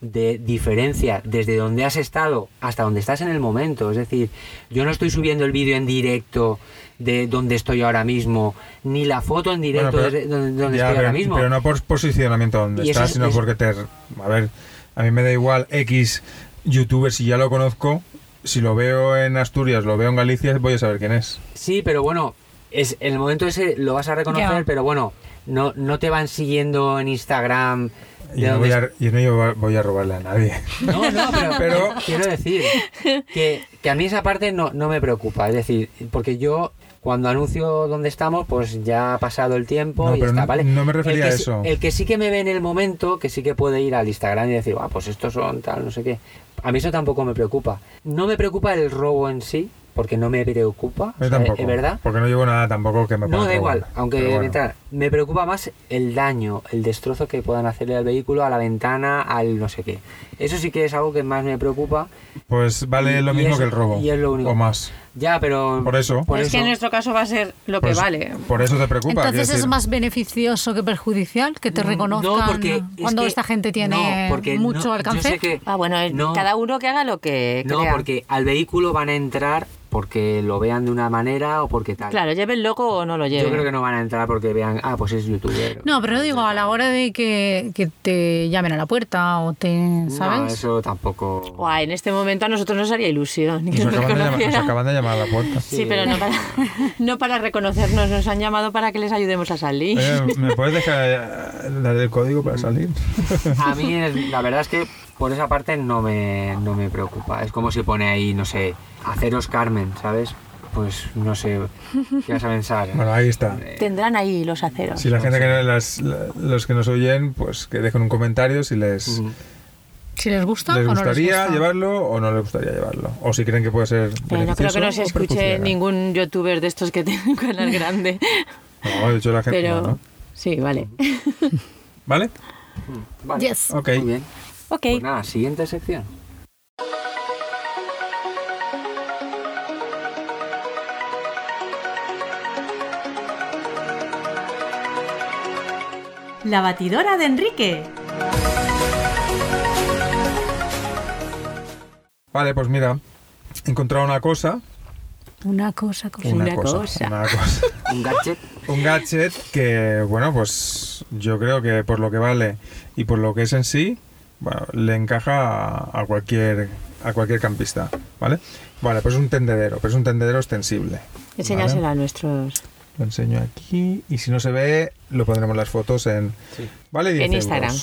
de diferencia desde donde has estado hasta donde estás en el momento. Es decir, yo no estoy subiendo el vídeo en directo de donde estoy ahora mismo, ni la foto en directo Bueno, de donde, donde Ya, estoy pero, ahora mismo. pero no por posicionamiento donde Y eso estás, es- sino es- porque te. A ver, a mí me da igual X youtuber si ya lo conozco. Si lo veo en Asturias, lo veo en Galicia, voy a saber quién es. Sí, pero bueno, es en el momento ese lo vas a reconocer, Ya. pero bueno, no, no te van siguiendo en Instagram. Y de no, donde voy a, y no yo voy a robarle a nadie. No, no, pero, Pero- quiero decir que, que a mí esa parte no, no me preocupa. Es decir, porque yo cuando anuncio dónde estamos, pues ya ha pasado el tiempo No, y pero está, no- ¿vale? no me refería El a que sí- eso. el que sí que me ve en el momento, que sí que puede ir al Instagram y decir, ah, pues estos son tal, no sé qué. A mí eso tampoco me preocupa. No me preocupa el robo en sí, porque no me preocupa. Yo o sea, tampoco. Es Eh, verdad. Porque no llevo nada tampoco que me No, pueda da igual, robar. aunque Pero bueno. mientras- me preocupa más el daño, el destrozo que puedan hacerle al vehículo, a la ventana, al no sé qué. Eso sí que es algo que más me preocupa. Pues vale Y- lo y mismo es- que el robo. y es lo único. O más. Ya, pero... Por eso. por es que en eso. nuestro caso va a ser lo Pues, que vale. Por eso te preocupa. quiero Entonces es decir. más beneficioso que perjudicial que te reconozcan No, porque es cuando que- esta gente tiene no, porque mucho no- alcance. Yo sé que, Ah, bueno, el- no, cada uno que haga lo que No, crea. porque al vehículo van a entrar porque lo vean de una manera o porque tal. Claro, eh. lleve el loco o no lo lleve. Yo creo que no van a entrar porque vean, ah, pues es youtuber. No, pero digo, a la hora de que, que te llamen a la puerta o te. No, ¿Sabes? eso tampoco... Guau, en este momento a nosotros nos haría ilusión. que Nos nos acaban, de llamar, nos reconocieran. acaban de llamar a la puerta. Sí, pero no para, no para reconocernos, nos han llamado para que les ayudemos a salir. Eh, ¿Me puedes dejar eh, dar el código para salir? A mí es- la verdad es que por esa parte no me, no me preocupa. Es como si pone ahí, no sé, haceros Carmen, ¿sabes? Pues no sé, ¿qué vas a pensar? Bueno, ahí está. Tendrán ahí los aceros. Si la gente que no- las, la- los que nos oyen, pues que dejen un comentario si les, Ujú. Si les gusta les o no les gustaría gusta. llevarlo o no les gustaría llevarlo. O si creen que puede Eh, ser. no creo que beneficioso no se o escuche perjudicial. ningún youtuber de estos que tiene un canal grande. No, de hecho la gente. Pero no, ¿no? sí, vale. ¿Vale? Vale, Yes. Ok. Muy bien. Ok. Pues nada, siguiente sección. La batidora de Enrique. Vale, pues mira, he encontrado una cosa. Una cosa, cosa. Una cosa. Una cosa. Un gadget. un gadget que, bueno, pues yo creo que por lo que vale y por lo que es en sí, bueno, le encaja a, a cualquier a cualquier campista, ¿vale? Vale, pues es un tendedero, pero es un tendedero extensible. Enseñárselo ¿vale? a nuestros. Lo enseño aquí y si no se ve, lo pondremos las fotos en... ¿Vale? 10 En euros. Instagram.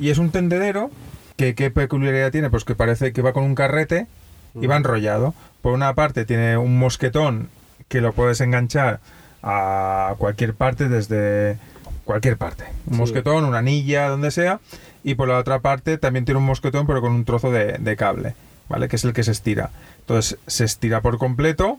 Y es un tendedero que qué peculiaridad tiene, pues que parece que va con un carrete y va enrollado. Por una parte tiene un mosquetón que lo puedes enganchar a cualquier parte desde cualquier parte. Un Sí. mosquetón, una anilla, donde sea. Y por la otra parte también tiene un mosquetón pero con un trozo de, de cable, ¿vale? Que es el que se estira. Entonces se estira por completo.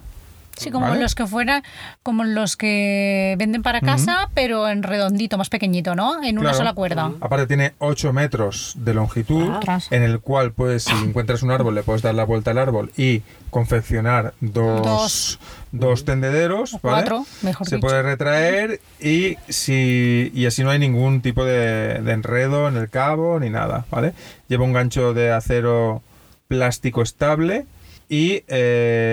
Sí, como ¿Vale? los que fuera, como los que venden para casa, pero en redondito, más pequeñito, ¿no? En una Claro. sola cuerda. Ah, Aparte tiene 8 metros de longitud, Ostras. en el cual puedes, si encuentras un árbol, le puedes dar la vuelta al árbol y confeccionar dos, Dos. dos. tendederos, O ¿vale? cuatro, mejor Se dicho. puede retraer y si y así no hay ningún tipo de, de enredo en el cabo ni nada, ¿vale? Lleva un gancho de acero plástico estable y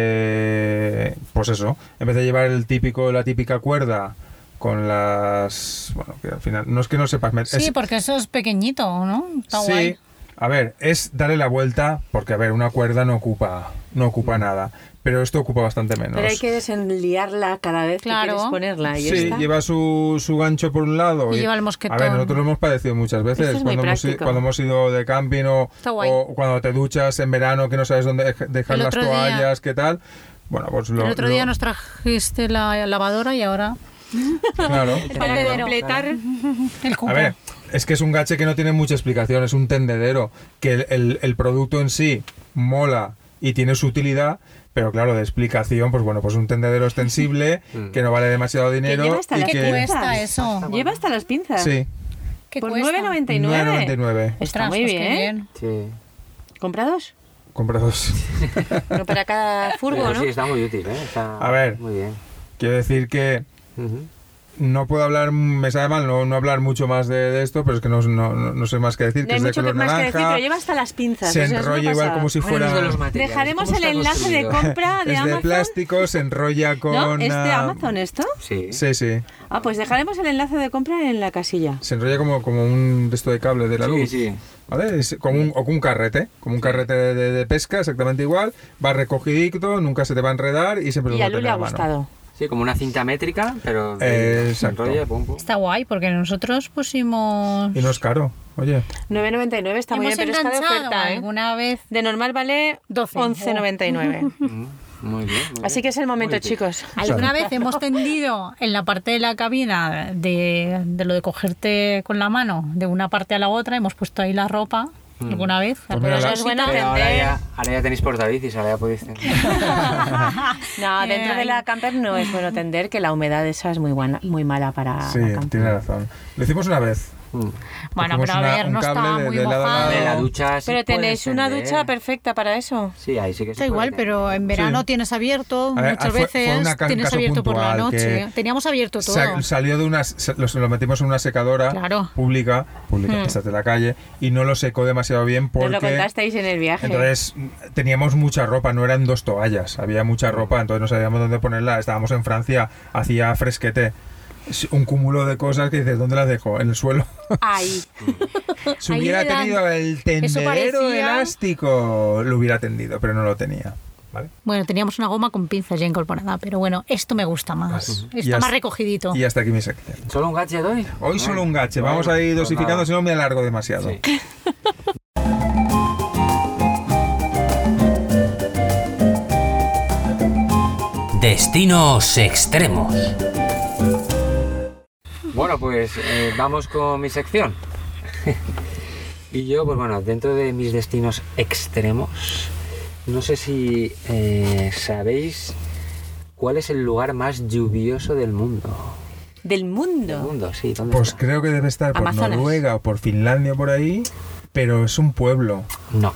eh, pues eso, en vez de llevar el típico la típica cuerda con las bueno que al final no es que no sepas met- Sí, es- porque eso es pequeñito, ¿no? Está sí guay. a ver es darle la vuelta porque a ver una cuerda no ocupa no ocupa Mm. nada. Pero esto ocupa bastante menos. Pero hay que desenliarla cada vez Claro. que quieres ponerla. Y Sí, esta- lleva su, su gancho por un lado. Y lleva el mosquetón. A ver, nosotros lo hemos padecido muchas veces. Esto es muy cuando, hemos, i- práctico. cuando hemos ido de camping o, Está guay. o cuando te duchas en verano que no sabes dónde dej- dejar El las otro día- toallas, qué tal. Bueno, pues lo. el otro lo- día nos trajiste la lavadora y ahora Claro. Para completar, el cubo. A ver, es que es un gache que no tiene mucha explicación, es un tendedero, que el, el- el producto en sí mola y tiene su utilidad, pero claro, de explicación, pues bueno, pues un tendedero extensible, que no vale demasiado dinero lleva hasta y la que... ¿Qué que- cuesta eso? lleva hasta las pinzas. Sí, ¿Qué Por cuesta? 9,99. 9,99. Está Ostras, muy pues qué bien. Sí. ¿Compra dos? Compra dos. Uno para cada furgo, Pero ¿no? sí, está muy útil, ¿eh? Está A ver. Muy bien. Quiero decir que Ujú. no puedo hablar, me sabe mal no, no hablar mucho más de, de esto, pero es que no, no, no- no sé más que decir, No que hay es de mucho que- color más que decir, naranja, pero lleva hasta las pinzas. o se sea, es una enrolla igual pasada. como si fuera... Bueno, los materiales, Dejaremos ¿cómo el está enlace de construido? compra de es de Amazon. plástico, se enrolla con... ¿No? ¿Es de ah, Amazon esto? Sí. Sí, sí. Ah, pues dejaremos el enlace de compra en la casilla. Se enrolla como, como un de esto de cable de la Sí, luz. sí. ¿Vale? Es como un, o como un carrete, como un carrete de, de- de pesca, exactamente igual. Va recogidito, nunca se te va a enredar y siempre lo Y a vas a Lu tener le ha en la mano. gustado. Sí, como una cinta métrica, pero Eh, se exacto. enrolla, pum, pum. Está guay porque nosotros pusimos Y no es caro, oye. 9.99 está muy hemos bien, pero está de enganchado oferta, ¿eh? alguna vez. De normal vale 12. 11.99. Mm, Muy bien. muy Así bien. que es el momento, Muy bien. chicos. Alguna vez hemos tendido en la parte de la cabina de, de lo de cogerte con la mano de una parte a la otra, hemos puesto ahí la ropa alguna vez. Pues mira, Pero eso la- es bueno Pero ahora aprender. ya, ahora ya tenéis portabicis, ahora ya podéis. No, Eh, dentro de ahí. la camper no es bueno tender que la humedad esa es muy buena, muy mala para Ah, Sí, la camper. tiene razón. Lo hicimos una vez. Mm. Bueno, Cogimos pero a una- ver, un no cable estaba de- muy de lado a mojado. lado. De la ducha. sí Pero puedes tenéis una tender. ducha perfecta para eso. Sí, ahí sí que se Está puede igual, tender. pero en verano Sí. tienes abierto, A ver, muchas fue- fue veces una ca- un tienes caso abierto por la puntual noche. que- Teníamos abierto todo. Sa- salió de una. se- Lo, lo metimos en una secadora Claro. Hmm. pública, pública, que está de la calle, y no lo secó demasiado bien porque. Nos lo contasteis en el viaje. Entonces mm, teníamos mucha ropa, no eran dos toallas, había mucha ropa, entonces no sabíamos dónde ponerla. Estábamos en Francia, hacía fresquete, Es un cúmulo de cosas que dices, ¿dónde las dejo? En el suelo. Ahí. Si Ahí hubiera le dan- tenido el tendedero parecía- elástico, lo hubiera tendido, pero no lo tenía. ¿vale? Bueno, teníamos una goma con pinzas ya incorporada, pero bueno, esto me gusta más. Pues, Y Está hasta- más recogidito. Y hasta aquí mi sección. ¿Solo un gadget hoy? pues Hoy solo un gache, vamos a ir dosificando, si no me alargo demasiado. Sí. Destinos extremos. Bueno, pues eh, vamos con mi sección. y yo, pues bueno, dentro de mis destinos extremos, no sé si eh, sabéis cuál es el lugar más lluvioso del mundo. Del Del mundo. mundo, sí. ¿dónde Pues está? creo que debe estar por Amazonas. Noruega o por Finlandia por ahí, pero es un pueblo, No,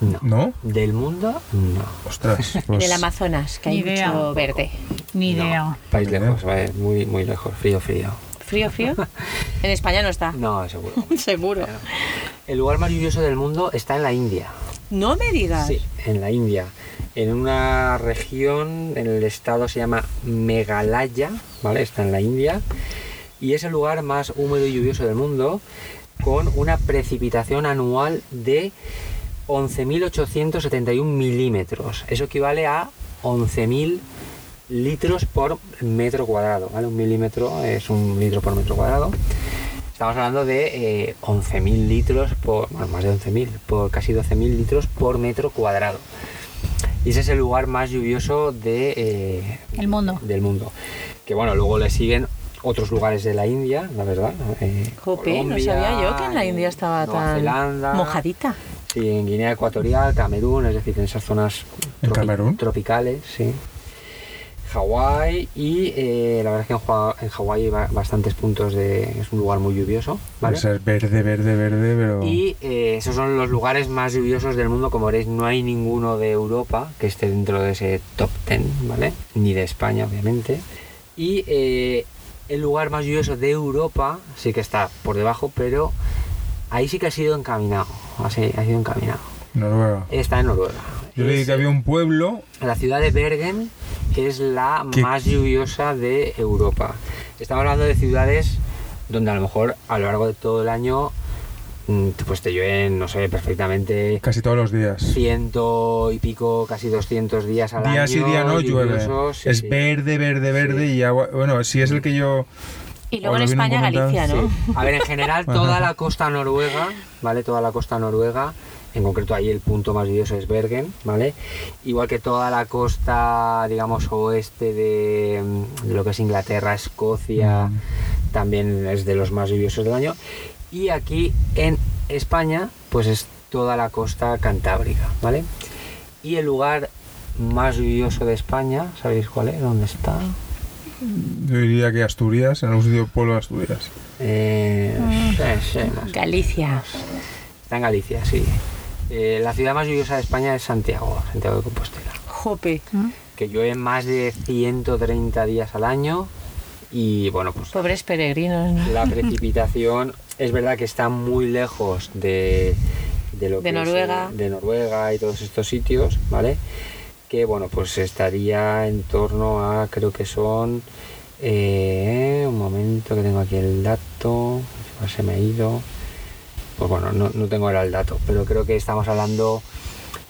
no. ¿no? Del mundo, no. Ostras. pues- Del Amazonas, que hay Ni idea. mucho verde. Ni idea. No, país lejos, vale, muy, muy lejos, frío, frío. ¿Frío, frío? En España no está. No, seguro. Seguro. El lugar más lluvioso del mundo está en la India. No me digas. Sí, en la India. En una región, en el estado se llama Meghalaya, ¿vale? Está en la India. Y es el lugar más húmedo y lluvioso del mundo, con una precipitación anual de 11.871 milímetros. Eso equivale a 11.000 litros por metro cuadrado, ¿vale? Un milímetro es un litro por metro cuadrado. Estamos hablando de eh, 11.000 litros por, bueno, más de 11.000, por casi 12.000 litros por metro cuadrado. Y ese es el lugar más lluvioso de, eh, El mundo. del mundo. Que bueno, luego le siguen otros lugares de la India, la verdad. eh, Jope, no Colombia, sabía yo que en la eh, India estaba Nueva tan Zelanda. mojadita. Sí, en Guinea Ecuatorial, Camerún, es decir, en esas zonas ¿En tropi- Camerún? tropicales, sí. Hawái y eh, la verdad es que en, Hua- en Hawái hay ba- bastantes puntos de... es un lugar muy lluvioso, ¿vale? Puede ser verde, verde, verde, pero. Y eh, esos son los lugares más lluviosos del mundo, como veréis, no hay ninguno de Europa que esté dentro de ese top 10, ¿vale? Ni de España, obviamente. Y eh, el lugar más lluvioso de Europa sí que está por debajo, pero ahí sí que ha sido encaminado, así, ha sido encaminado. Noruega. Está en Noruega. Yo leí Es que había un pueblo. La ciudad de Bergen es la ¿Qué? más lluviosa de Europa. Estamos hablando de ciudades donde a lo mejor a lo largo de todo el año mm, pues te llueven, no sé, perfectamente Casi todos los días. ciento y pico, casi 200 días al año. Día sí, día no llueve. lluviosos, sí, es sí. verde, verde, verde Sí. y agua. Bueno, si es el que yo. Y luego Os en lo vi en un España, documental, Galicia, ¿no? Sí. A ver, en general toda la costa noruega, ¿vale? Toda la costa noruega, en concreto ahí el punto más lluvioso es Bergen, ¿vale? Igual que toda la costa, digamos, oeste de, mm, de lo que es Inglaterra, Escocia, Mm. también es de los más lluviosos del año. Y aquí en España, pues es toda la costa cantábrica, ¿vale? Y el lugar más lluvioso de España, ¿sabéis cuál es? ¿Dónde está? Yo diría que Asturias, en algún sitio pueblo de Asturias. Eh, sí, sí, más Galicia. Está en Galicia, sí. Eh, la ciudad más lluviosa de España es Santiago, Santiago de Compostela, Jope. que llueve más de 130 días al año y bueno, pues Pobres peregrinos, ¿no? la precipitación es verdad que está muy lejos de, de lo De que es, Noruega. eh, de Noruega y todos estos sitios, ¿vale? Que bueno, pues estaría en torno a, creo que son, eh, un momento que tengo aquí el dato, encima se me ha ido, pues bueno, no, no tengo ahora el dato, pero creo que estamos hablando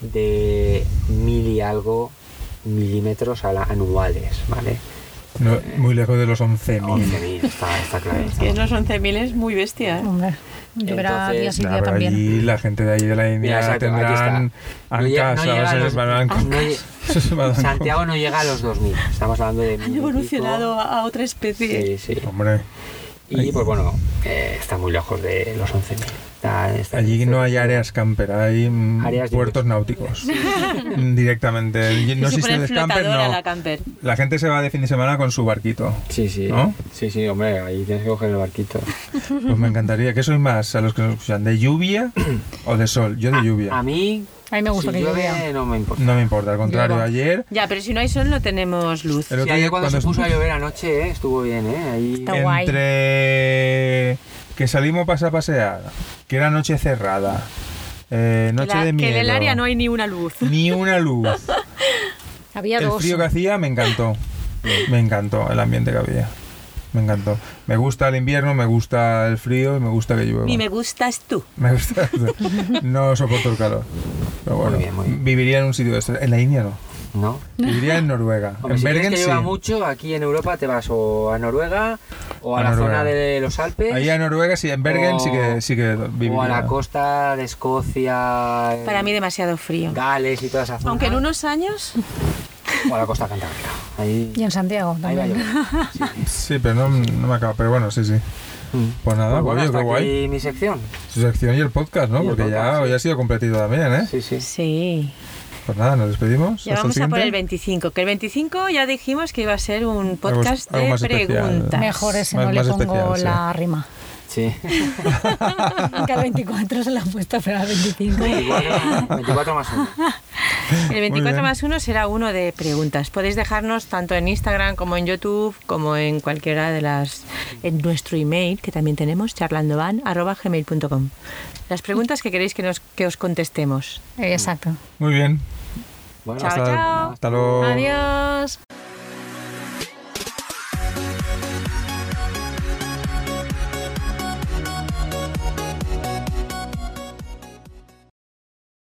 de mil y algo milímetros al- anuales, ¿vale? No, muy lejos de los 11.000. 11.000, está, está claro. Es está que unos 11.000 es muy bestia. ¿eh? Hombre, lloverá Entonces, día sí, Nah, día pero también. allí la gente de allí de la India Mira, exacto, aquí tendrán está. No lle- ancas, no llega ¿sabes? a los- Van a- no lle- se van a- Santiago no llega a los 2000. Estamos hablando de. Han mil y evolucionado a a otra pico. especie. Sí, sí. Hombre, Y pues bueno, eh, está muy lejos de los 11.000. Está, está- allí no hay áreas camper, hay mm, Áreas de- puertos náuticos. Mm, Directamente. Y No Se existe pone el camper, flotadora no. la camper. La gente se va de fin de semana con su barquito. Sí, sí. ¿No? Sí, sí, hombre, ahí tienes que coger el barquito. Pues me encantaría. ¿Qué sois más? ¿A los que nos escuchan? ¿De lluvia o de sol? Yo de A lluvia. Mm. mí. A mí me gusta si que llueva. llueve, No me importa. No me importa, al contrario. Llueva. Ayer, Ya, pero si no hay sol no tenemos luz. el Sí, otro ayer día cuando, cuando se puso a estu- llover anoche, eh, estuvo bien, ¿eh? Ahí. Está guay. entre que salimos para pasear, que era noche cerrada, eh, Que noche la- de que miedo, en el área no hay ni una luz. ni una luz, Había el dos. frío que hacía me encantó, me encantó el ambiente que había, me encantó. Me gusta el invierno, me gusta el frío y me gusta que llueva. Ni me gustas tú. Me gusta, no soporto el calor. Pero Muy bueno, bien, muy bien. viviría en un sitio de estos. En la India no. ¿No? Viviría en Noruega. Hombre, en si quieres Bergen que sí. llueva mucho, aquí en Europa te vas o a Noruega o a, A la Noruega. zona de los Alpes. Ahí a Noruega sí, en Bergen O- sí que sí que viviría. o a la costa de Escocia. Para mí demasiado frío. Gales y toda esa zona. Aunque en unos años O a la costa cantábrica. Ahí, Y en Santiago ahí va a también. llover. Sí, pero no, no me acaba. Pero bueno, sí, sí. Mm. Pues nada, Pues bueno, oye, hasta qué guay. aquí mi sección. Su sección y el podcast, ¿no? Y el Porque ya podcast, hoy sí. ha sido completito también, ¿eh? Sí, sí. Sí. Pues nada, nos despedimos. Ya Hasta vamos a por el siguiente. 25. Que el 25 ya dijimos que iba a ser un podcast algo más de especial. preguntas. Mejor ese, Más- no le más pongo especial, sí. la rima. Sí. que al 24 se la han puesto, pero al 25. 24, 24 más 1. El Muy 24 bien. más 1 será uno de preguntas. Podéis dejarnos tanto en Instagram como en YouTube, como en cualquiera de las. en nuestro email, que también tenemos, charlandovan.gmail.com. Las preguntas que queréis que, nos, que os contestemos. Exacto. Muy bien. Bueno, Chao, hasta, chao. Oh. hasta luego. Adiós.